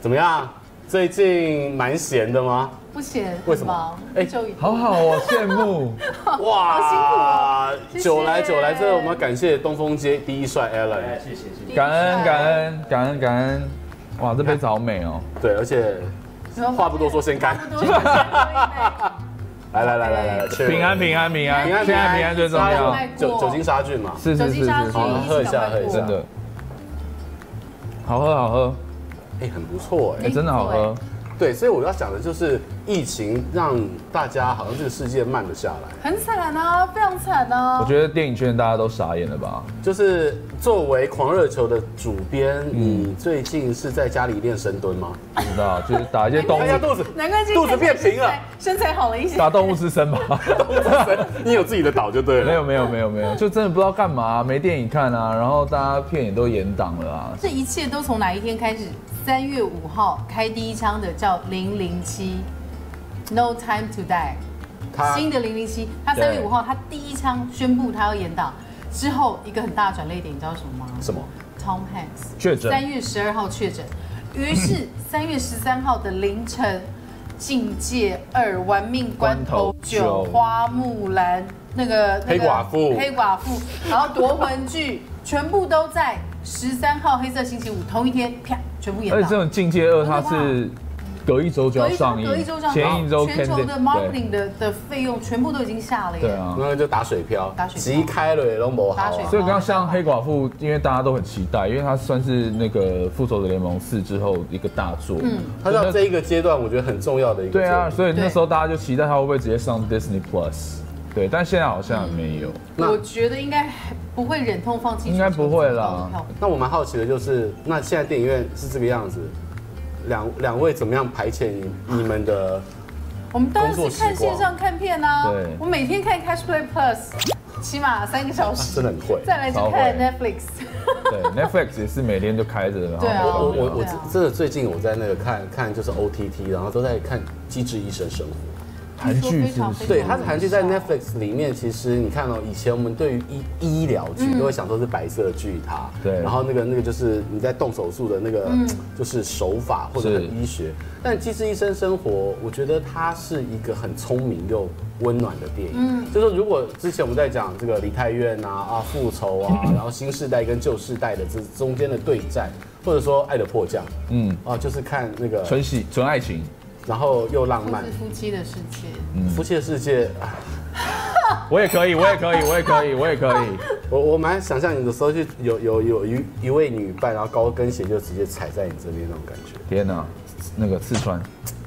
怎么样？最近蛮闲的吗？不闲，为什么哎，哎就好好哦，羡慕。哇，哦谢谢久来久来，这我们感谢东风街第一帅哎 Alan，谢谢谢谢。感恩感恩感恩感恩，哇，这杯子好美哦。对，而且话不多说，，先干。不多说，来来来来来来，平安平安安平安，平安现在平安最重要。酒酒精杀菌嘛，是酒是是精是杀菌，是，好喝一下喝一下真的，好喝好喝，哎，很不错哎，哎。真的好喝。对，所以我要讲的就是疫情让大家好像这个世界慢了下来。很惨啊，非常惨啊。我觉得电影圈大家都傻眼了吧？就是作为狂热球的主编，嗯你最近是在家里练深蹲吗？不知道，就是打一 些动哎呀，物，肚子，难怪今天肚子变平了，身材好了一些。打动物之声吧。 你有自己的岛就对了。没有没有没有没有，就真的不知道干嘛，没电影看啊，然后大家片也都延档了啊。这一切都从哪一天开始？三月五号开第一枪的叫零零七，No Time to Die，他新的零零七，他对三月五号他第一枪宣布他要演档，之后一个很大的转捩点，你知道什么吗什么？ ？Tom Hanks 确诊三月十二号确诊，于是 三月十三号的凌晨，境界二玩命关头关头九九花木兰那个黑那个寡妇黑寡妇，然后夺魂剧全部都在十三号黑色星期五同一天啪全部演而且这到。种《境界二》它真的是隔一周就要隔一周上映，隔一周上前一周全球 Candy- 的对 marketing 的的费用全部都已经下了耶。对啊。那就打水漂，打水漂急开了也都磨好打水啊漂。所以刚刚像黑寡妇，因为大家都很期待，因为它算是那个《复仇者联盟四》之后一个大作。嗯，它到这一个阶段，我觉得很重要的一个对啊，阶段所以那时候大家就期待它会不会直接上 Disney Plus。对，但现在好像没有，那我觉得应该不会忍痛放弃，应该不会啦。那我蛮好奇的就是，那现在电影院是这个样子，两两位怎么样排遣你你们的？我们当然是工作看时光线上看片啊对，我每天看 Cash Play Plus，起码三个小时， 真的很会再来就超会看 Netflix， 对，Netflix 也是每天就开着，然后对啊我我我我对啊真的最近我在那个看看就是 OTT，然后都在看《机智医生生活》。韩剧听是说非不常 是？对，它的韩剧在 Netflix 里面，其实你看哦，以前我们对于医医疗剧都会想说是白色巨塔，嗯对嗯然后那个那个就是你在动手术的那个，就是手法或者是很医学。但《机智医生生活》，我觉得它是一个很聪明又温暖的电影。嗯，就是如果之前我们在讲这个《梨泰院》啊啊复仇啊，嗯然后新世代跟旧世代的这中间的对战，或者说《爱的迫降》，嗯嗯，啊，就是看那个，纯喜纯爱情，然后又浪不漫是，夫妻的世界。嗯夫妻的世界。啊我也可以，我也可以，我也可以，我也可以。 我我蛮想象你的时候，就有有有一一位女伴，然后高跟鞋就直接踩在你这边那种感觉，天哪，那个四川，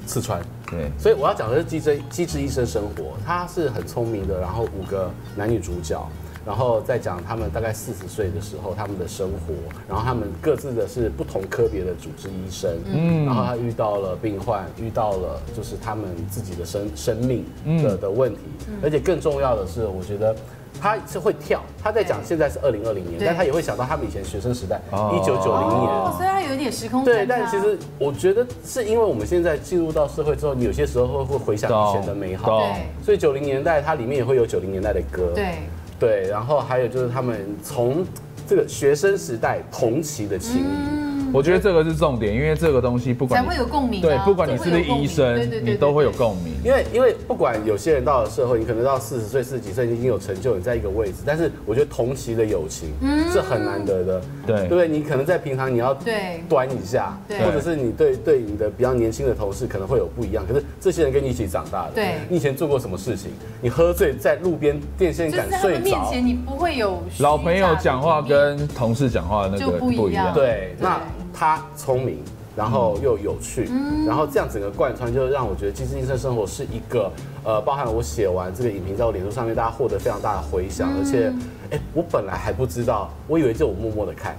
刺穿。对，所以我要讲的是《机智机智医生生活》，他是很聪明的，然后五个男女主角，然后再讲他们大概四十岁的时候他们的生活，然后他们各自的是不同科别的主治医生，嗯，然后他遇到了病患，遇到了就是他们自己的生生命的的问题，而且更重要的是，我觉得。他是会跳，他在讲现在是二零二零年，对但他也会想到他们以前学生时代，哦一九九零年，哦，所以它有一点时空啊对，穿但插其实我觉得是因为我们现在进入到社会之后，你有些时候会回想以前的美好，懂对所以九零年代它里面也会有九零年代的歌，对，对然后还有就是他们从这个学生时代同期的情谊，我觉得这个是重点，因为这个东西不管才你会有共鸣啊。对，不管你才会是不有是共鸣医生对对对，对你都会有对共鸣。因为因为不管有些人到了社会，你可能到四十岁、四十几岁，你已经有成就，你在一个位置，但是我觉得同期的友情嗯是很难得的，对对不对？你可能在平常你要对端一下，对或者是你对对你的比较年轻的同事可能会有不一样，可是这些人跟你一起长大的，对你以前做过什么事情？你喝醉在路边电线就是杆在他睡们面着，前你不会有虚老朋友假的讲话一面跟同事讲话那就个不一样不一样，对对，那他聪明，然后又有趣，然后这样整个贯穿，就让我觉得《机智医生生活》是一个呃，包含我写完这个影评在我脸书上面，大家获得非常大的回响，而且，哎，我本来还不知道，我以为就我默默的看，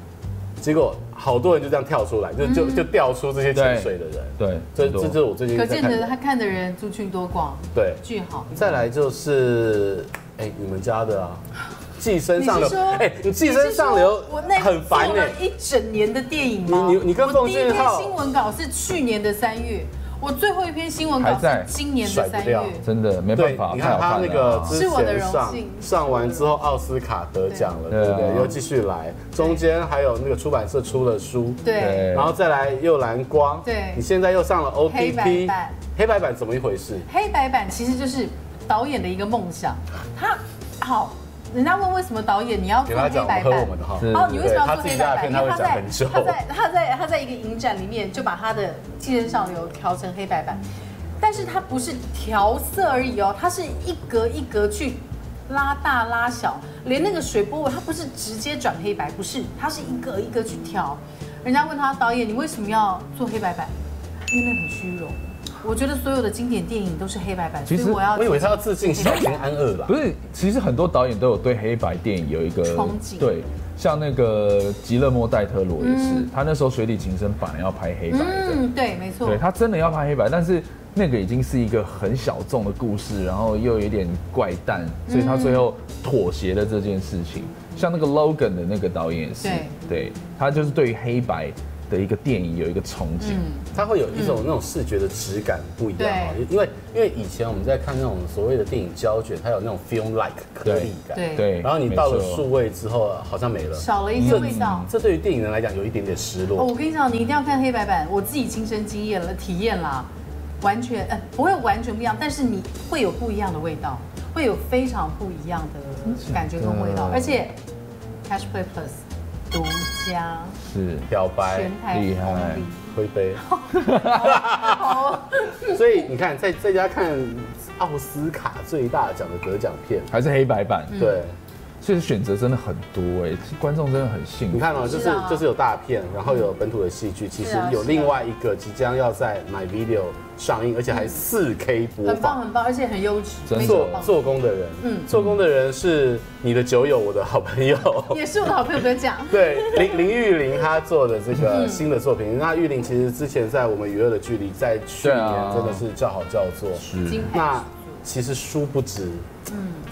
结果好多人就这样跳出来，就就就调出这些潜水的人，对，这很这多就是我最近可在见看得的他看的人族群多广，对，巨好。再来就是，哎，你们家的啊，寄生上流你是说，哎，你寄生上流我那很烦做哎了，一整年的电影吗？你你你跟我奉第一俊篇昊新闻稿是去年的三月，我最后一篇新闻稿还在是今年的甩三不月掉，真的没办对法，，你太好看他看那了个啊。之是我的前荣上幸上完之后，奥斯卡得奖了，对对不对？对啊又继续来，中间还有那个出版社出了书，对，然后再来又蓝光，对你现在又上了 OTP，黑白版黑白版怎么一回事？黑白版其实就是导演的一个梦想，他好，人家问为什么导演你要给做他黑讲，我白喝版我？们的哈。是哦，你为什么对他要做自己黑家白的片版？因为他会他讲在很久他在他在他在一个影展里面就把他的《寄生上流》调成黑白版，但是它不是调色而已哦，它是一格一格去拉大拉小，连那个水波纹它不是直接转黑白，不是，它是一格一格去调。人家问他导演，你为什么要做黑白版？因为那很虚荣。我觉得所有的经典电影都是黑白版，所其以实我要我以为他要致敬小平安二吧不，是，其实很多导演都有对黑白电影有一个憧憬对，像那个吉勒莫·戴特罗也是，他那时候《水底情深》本来要拍黑白的，嗯，对，没错对，他真的要拍黑白，但是那个已经是一个很小众的故事，然后又有点怪诞，所以他最后妥协了这件事情。像那个 Logan 的那个导演也是，对他就是对于黑白的一个电影有一个憧憬，他会有一嗯种那种视觉的质感不一样哦因为因为以前我们在看那种所谓的电影胶卷，它有那种 film like 颗粒感，对对，然后你到了没错数位之后，好像没了。少了一些味道。这对于电影人来讲有一点点失哦，落。我跟你讲，你一定要看黑白版，我自己亲身经验了体验啦，完全呃不会完全不一样，但是你会有不一样的味道，会有非常不一样的感觉跟味道，而且 Cash Play Plus 独家是表白全台厉害同理挥杯， 好，所以你看，在在家看奥斯卡最大奖的得奖片，还是黑白版，嗯对，所以选择真的很多哎，观众真的很幸你福。看哦，就是是啊就是有大片，然后有本土的戏剧，其实是啊有是啊另外一个即将要在 My Video 上映，而且还4 K 播嗯很棒放。很棒，而且很优质，真非的常做棒。做工的人，嗯，嗯做工的人是你的酒友，我的好朋友。也是我的好朋友得奖， 对，林林玉玲她做的这嗯个新的作品，那玉玲其实之前在我们娱乐的距离，在去对年啊真的是叫好叫座。是金牌那其实殊不知，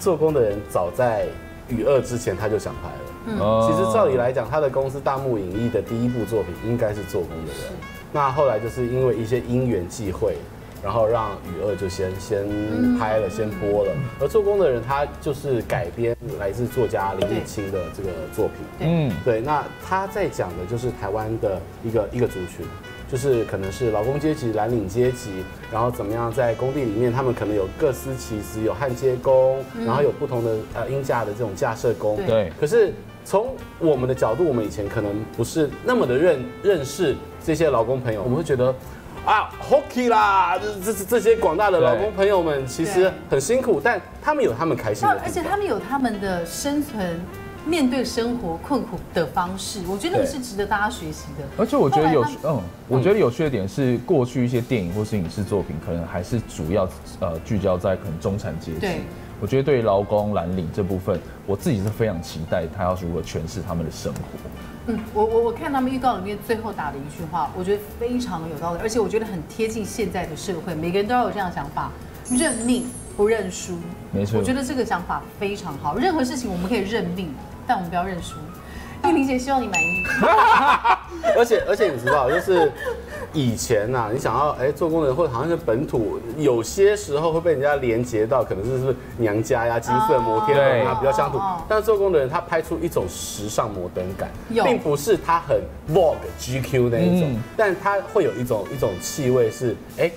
做工的人早在与二之前他就想拍了。哦其实照理来讲，他的公司大木影艺的第一部作品应该是做工的人。那后来就是因为一些因缘际会，然后让与二就先先拍了，先播了。而做工的人他就是改编来自作家林立清的这个作品。嗯，对，那他在讲的就是台湾的一个一个族群，就是可能是劳工阶级、蓝领阶级，然后怎么样在工地里面，他们可能有各司其职，有焊接工，嗯然后有不同的呃鹰架的这种架设工。对对，可是从我们的角度，我们以前可能不是那么的认认识这些劳工朋友，我们会觉得。啊，hockey 啦，这这这些广大的劳工朋友们其实很辛苦，但他们有他们开心那的地方，而且他们有他们的生存、面对生活困苦的方式，我觉得那个对是值得大家学习的。而且我觉得有后来嗯，我觉得有趣的点是，过去一些电影或是影视作品，可能还是主要呃聚焦在可能中产阶级对。我觉得对于劳工蓝领这部分，我自己是非常期待他要如何诠释他们的生活。嗯，我我我看他们预告里面最后打的一句话，我觉得非常有道理，而且我觉得很贴近现在的社会，每个人都要有这样的想法，认命不认输。没错我觉得这个想法非常好。任何事情我们可以认命，但我们不要认输。玉玲姐，希望你满意。 而且而且你知道，就是以前呐、你想要哎、做工人或者好像是本土，有些时候会被人家连接到，可能是是娘家呀、金色摩天轮啊对比较乡土哦哦。但是做工的人他拍出一种时尚摩登感，有并不是他很 Vogue GQ 那一种嗯，但他会有一种一种气味是哎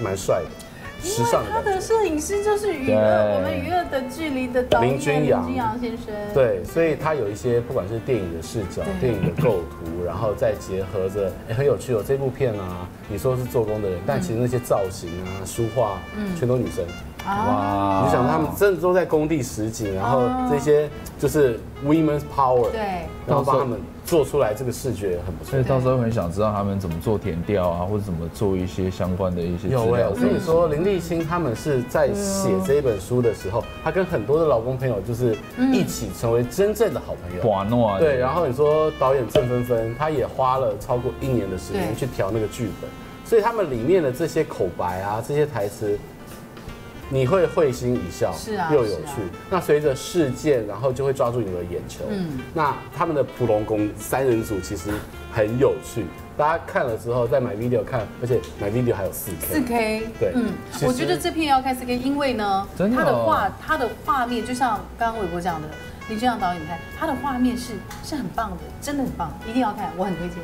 蛮帅的，时尚因为他的感的觉。摄影师就是娱乐，对我们娱乐的距离的导演林君阳林君阳先生。对，所以他有一些不管是电影的视角、对电影的构图，然后再结合着、诶很有趣哦。这部片啊，你说是做工的人，嗯但其实那些造型啊、书画，全都女生。啊，哇你就想他们真的都在工地实景，然后这些就是 women's power，哦对，然后帮他们做出来这个视觉很不错所以。到时候很想知道他们怎么做填调啊，或者怎么做一些相关的一些资有哎、料我。跟你说，林立清他们是在写嗯这一本书的时候，他跟很多的老公朋友就是嗯一起成为真正的好朋友。瓦诺啊，对，然后你说导演郑芬芬，她也花了超过一年的时间对去调那个剧本，所以他们里面的这些口白啊，这些台词，你会会心一笑，是啊又有是啊趣。那随着事件，然后就会抓住你的眼球。嗯嗯，那他们的普龙宫三人组其实很有趣，大家看了之后再买 video 看，而且买 video 还有四 K。四 K，对嗯，其实我觉得这片要看四 K，因为呢，真的它的哦画，它的画面就像刚刚韦伯讲的，林俊阳导演，你看他的画面是是很棒的，真的很棒，一定要看，我很推荐。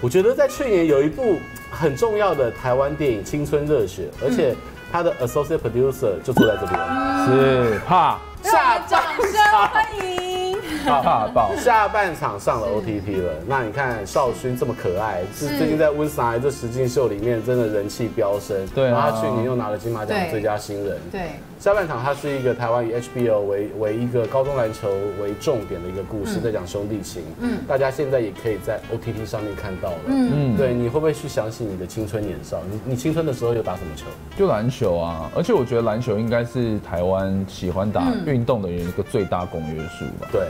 我觉得在去年有一部很重要的台湾电影《青春热血》，而且嗯他的 associate producer 就坐在这边。是怕让我们啊掌声欢迎。怕爆，下半场上了是 OTP 了，那你看少勋这么可爱，是是最近在温莎莱这实境秀里面真的人气飙升，对啊然后他去年又拿了金马奖对最佳新人。对，下半场它是一个台湾以 HBO 为为一个高中篮球为重点的一个故事，在讲兄弟情。嗯嗯，大家现在也可以在 OTT 上面看到了。嗯，嗯，嗯，对，你会不会去想起你的青春年少？你你青春的时候有打什么球？就篮球 啊，而且我觉得篮球应该是台湾喜欢打嗯运动的人一个最大公约数吧。对，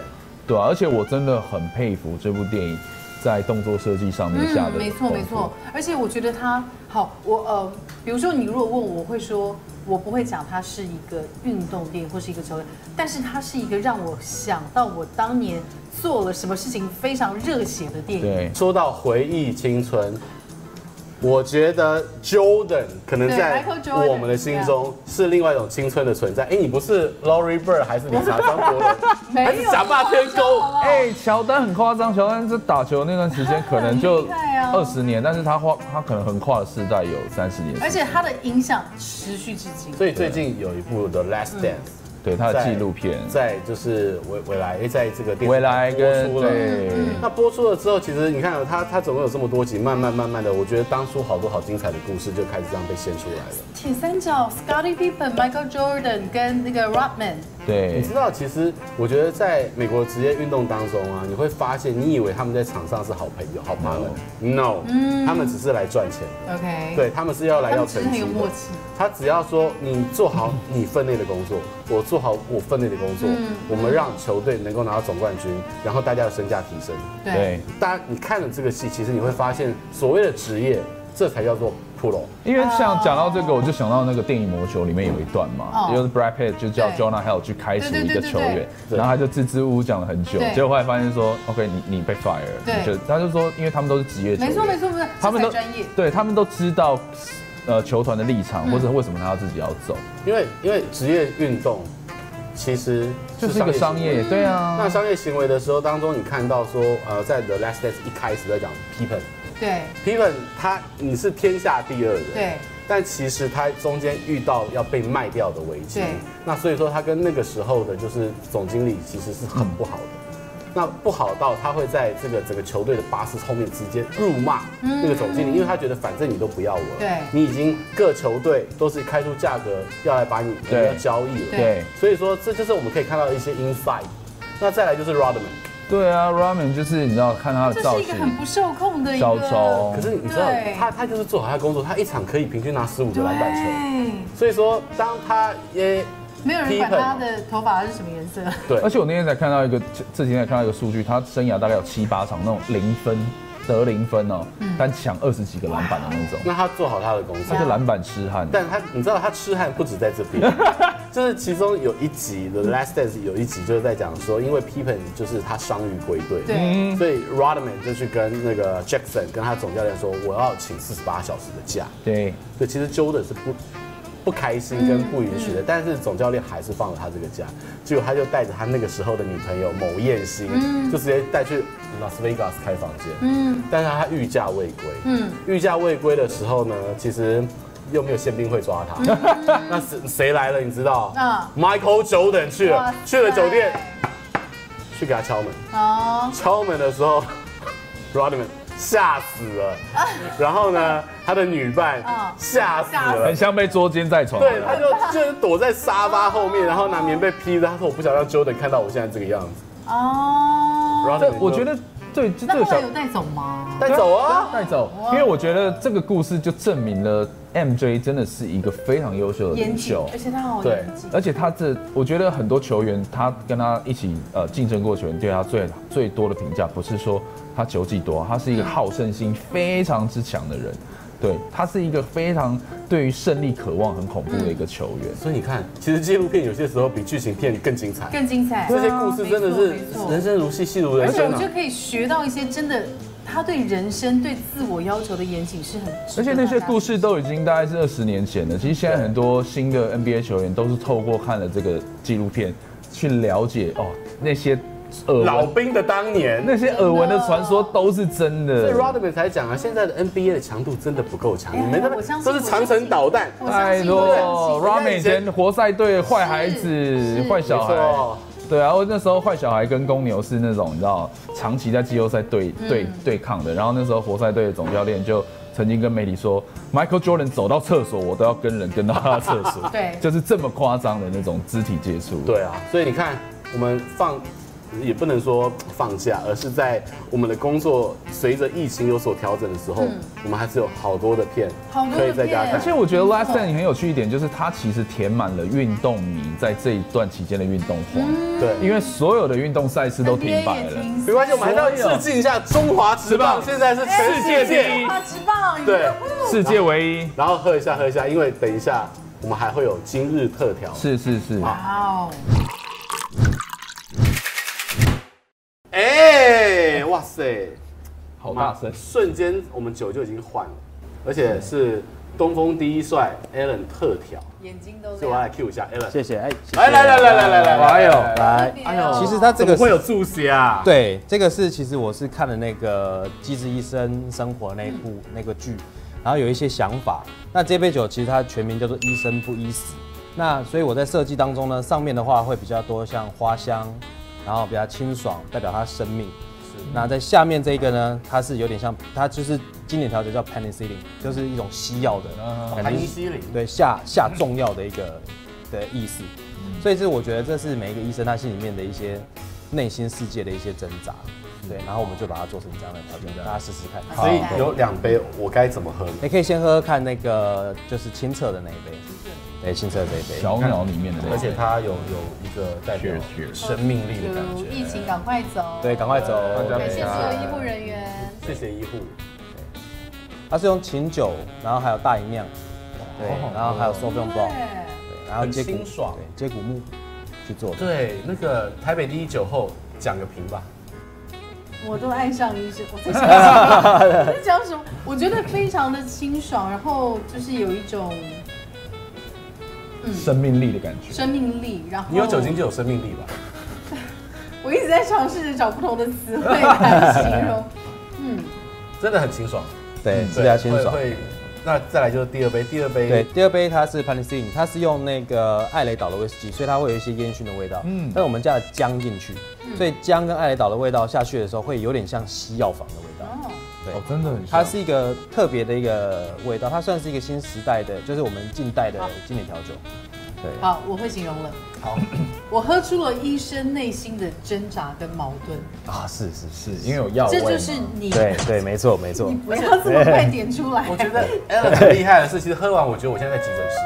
对啊，而且我真的很佩服这部电影在动作设计上面下的、嗯，没错没错，，而且我觉得他好，我呃，比如说你如果问我，我会说我不会讲它是一个运动电影或是一个球类，但是它是一个让我想到我当年做了什么事情非常热血的电影。对，说到回忆青春，我觉得 Jordan 可能对在 Michael Jordan，我们的心中是另外一种青春的存在。哎，你不是 Laurie Bird 还是理查张伯 伦，还是假霸天我勾？好不好哎、乔丹很夸张，乔丹这打球那段时间可能就 很厉害啊二十年，但是他跨他可能横跨了世代有三十年，而且它的影响持续至今。所以最近有一部的嗯 Last Dance，对他的纪录片，在就是未未来，哎在这个电视未来跟播出了。嗯对，那播出了之后，其实你看哦它它总共有这么多集，慢慢慢慢的，我觉得当初好多好精彩的故事就开始这样被献出来了。铁三角，Scottie Pippen、Michael Jordan 跟那个 Rodman，对你知道，其实我觉得在美国职业运动当中啊，你会发现，你以为他们在场上是好朋友、好 partner，no，他们只是来赚钱的， OK，，对他们是要来嗯他要们只成是很绩有的默契。他只要说你做好你分内的工作，我做好我分内的工作，嗯我们让球队能够拿到总冠军，然后大家的身价提升。对，当然，你看了这个戏，其实你会发现，所谓的职业，这才叫做 pro。因为像讲到这个，我就想到那个电影《魔球》里面有一段嘛哦，就是 Brad Pitt 就叫对 Jonah Hill 去开除一对对对个对球员，对然后他就支支吾吾讲了很久对，结果后来发现说，OK，你你被 fire，了对你就他就说，因为他们都是职业球员，没错没错没错，他他们们都专业。嗯对他们都知道，呃，球团的立场或者为什么他要自己要走，因为因为职业运动其实就是一个行商为业，对那啊，商业行为的时候当中，你看到说，呃，在 The Last Dance 一开始在讲 Pippen，Pippen 对他你是天下第二人，对，但其实他中间遇到要被卖掉的危机对，那所以说他跟那个时候的就是总经理其实是很不好嗯的。那不好到他会在这个整个球队的巴士后面直接辱骂那个总经理，因为他觉得反正你都不要我了，嗯对你已经各球队都是开出价格要来把你对要交易了，对所以说这就是我们可以看到的一些 inside。那再来就是 Rodman，对啊，Ramen 就是你知道看他的这造是一型个，很不受控的一招个。招可是你知道对他他就是做好他的工作，他一场可以平均拿十五个对，篮板球，所以说当他也没有人管他的头发是什么颜色。对而且我那天才看到一个，这几天才看到一个数据，他生涯大概有七八场那种零分得零分哦，嗯但抢二十几个篮板的那种，那他做好他的工作他，是篮板痴汉。但他你知道他痴汉不止在这 边，就是其中有一集的 Last Dance 有一集就是在讲说，因为 Pippen 就是他伤愈归队，对，所以 Rodman 就去跟那个 Jackson 跟他总教练说，我要请四十八小时的假。对，所以其实 Jordan 是不不开心嗯跟不允许的，但是总教练还是放了他这个假，结果他就带着他那个时候的女朋友某燕星，嗯就直接带去 Las Vegas 开房间，嗯，但是他御驾未归，嗯，御驾未归的时候呢，其实。又没有宪兵会抓他， 那谁谁来了？你知道？嗯 m i c h a e l Jordan 去哇了塞，去了酒店，去给他敲门。哦，敲门的时候，Rodman 吓死了，然后呢，他的女伴嗯吓死了很。像被捉奸在床。对，他就就是躲在沙发后面，然后拿棉被披着。他说：“我不想让 Jordan 看到我现在这个样子。”哦，然后这我觉得对，就这那个后小来有带走吗？带走啊，带走，因为我觉得这个故事就证明了 MJ 真的是一个非常优秀的严领谨袖，而。且他好对严谨。而且他这，我觉得很多球员，他跟他一起呃竞争过的球员，对他最最多的评价不是说他球技多，他是一个好胜心非常之强的人。对他是一个非常对于胜利渴望很恐怖的一个球员。所以你看，其实纪录片有些时候比剧情片更精啊彩。更精彩。哦这些故事真的是没错没人错生如戏，戏如而人且生我啊就！可以学到一些真的，他对人生、对自我要求的严谨是很值得而且那些大家故事都已经大概是二十年前了。其实现在很多新的 NBA 球员都是透过看了这个纪录片去了解哦，那些耳老闻兵的当年，那些耳闻的传说都是真所以的。 Rodman 才讲啊，现在的 NBA 的强度真的不够强，哎你们我这相信都是长城导弹。我相拜信我托相信人家，Rodman 以以前前活塞队坏孩是子是、坏小没错孩，对啊，我那时候坏小孩跟公牛是那种你知道长期在季后赛对嗯对对抗的，然后那时候活塞队的总教练就。曾经跟媒体说，Michael Jordan 走到厕所，我都要跟人跟到他的厕所， 对就是这么夸张的那种肢体接触。对啊，所以你看，我们放也不能说放假，而是在我们的工作随着疫情有所调整的时候，我们还是有好多的片嗯好多的可以在家片看而。且我觉得 Last Stand 很有趣一点，就是它其实填满了运动迷在这一段期间的运动荒，对，因为所有的运动赛事都嗯 NBA 停摆也了。停没关系，我们还是要致敬一下中华职棒，啊是吧哎现在是全世世界第界一。哇直棒，对，世界唯一。然后喝一下，喝一下，因为等一下我们还会有今日特调。是是是，哇哦，哎、哇塞，啊好大声！瞬间我们酒就已经换了，而且是东风第一帅 Allen 特调，眼睛都所以我要亮。来 Q 一下 Allen。谢谢，哎，谢谢来来来来来来来来，哎呦来，哎呦其实他这怎个么是会有注血啊？，对，这个是其实我是看了那个《机智医生生活》那一部、嗯那个剧，然后有一些想法。那这杯酒其实它全名叫做“医生不医死”。那所以我在设计当中呢，上面的话会比较多像花香，然后比较清爽，代表它生命。那在下面这个呢，它是有点像，它就是经典调酒叫 penicillin，就是一种西药的感觉，含一西林。对下下重要的一个的意思，嗯所以这我觉得这是每一个医生他心里面的一些内心世界的一些挣扎，对，然后我们就把它做成这样的调整，大家试试看。嗯所以好有两杯，我该怎么喝呢？你可以先喝喝看那个就是清澈的那一杯，对，清澈的这一杯，小鸟里面的那而且它有有一个代表 Cheers, cheers 生命力的感有觉。疫情赶快走。对，赶快走。呃大家对，谢陪谢啊所有医护人员。谢谢医护，它是用琴酒，然后还有大吟酿，对，然后还有 Sauvignon Blanc，对对然后接哦很骨清爽对，接骨木去做的。对那个台北第一酒后讲个评吧。我都爱上医生，我在想什 么？我在讲什么？我觉得非常的清爽，然后就是有一种嗯生命力的感觉。生命力，然后你有酒精就有生命力吧？我一直在尝试着找不同的词汇来形容。嗯，真的很清爽，对，是比啊较清嗯爽。会会那再来就是第二杯，第二杯对，第二杯它是 p a n i c i n 它是用那个艾雷岛的威士忌，所以它会有一些烟熏的味道。嗯嗯，但是我们加了姜进去，嗯所以姜跟艾雷岛的味道下去的时候，会有点像西药房的味道。哦，对，哦，真的很像。它是一个特别的一个味道，它算是一个新时代的，就是我们近代的经典调酒。对，好，我会形容了。好，我喝出了医生内心的挣扎跟矛盾，啊，是是是，是因为有药味这嘛。就是你。对对，没错没错你。不要这么快点出来。我觉得 Alan 很厉害的是，其实喝完，我觉得我现在在急诊室，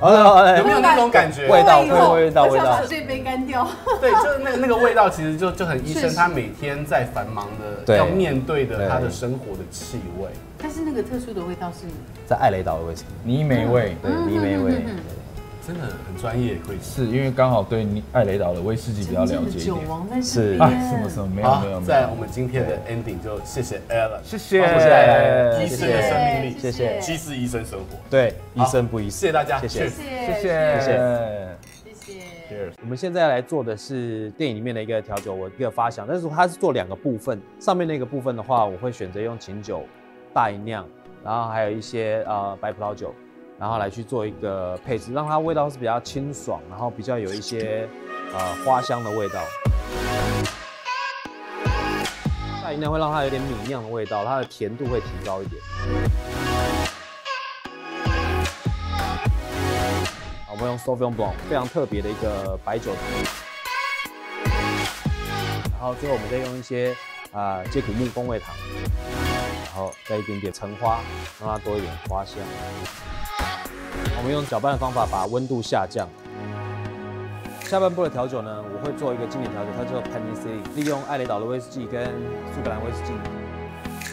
哦哦哎有没有那种感觉？味道喝完以后味道我想味道把这杯干掉。 对，就是那个那个味道，其实就就很医确生实他每天在繁忙的对要面对的对他的生活的气味。但是那个特殊的味道是，在艾雷岛的威士忌，泥煤味，对，泥煤味。嗯嗯嗯对真的很专业，可以吃。是因为刚好对你艾雷岛的威士忌比较真了正的解一酒点。王在这是边。哎，什么什么没有好没有，没啊在有我。们今天的 ending 就谢谢 Alan，谢谢帮我们带来医谢谢生的生命力，谢谢机智医生生活。对，医好生不医谢死谢。大家，谢谢 Cheers 谢谢谢谢谢谢。谢谢。 Cheers 我们现在来做的是电影里面的一个调酒，我一个发想，但是它是做两个部分。上面那个部分的话，我会选择用琴酒、大吟酿，然后还有一些呃白葡萄酒，然后来去做一个配置，让它味道是比较清爽，然后比较有一些呃花香的味道。大吟酿会让它有点米酿的味道，它的甜度会提高一点。好啊我们用 Sauvignon Blanc 非常特别的一个白酒，然后最后我们再用一些啊、呃接骨木风味糖，然后再一点点橙花，让它多一点花香。我们用搅拌的方法把温度下降。下半部的调酒呢，我会做一个经典调酒，它叫 p e n i c i l l i 利用艾雷岛的威士忌跟苏格兰威士忌。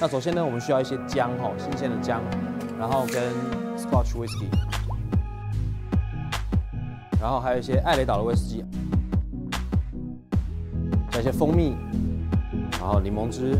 那首先呢，我们需要一些姜哈，新鲜的姜，然后跟 Scotch whisky，然后还有一些艾雷岛的威士忌，加一些蜂蜜，然后柠檬汁，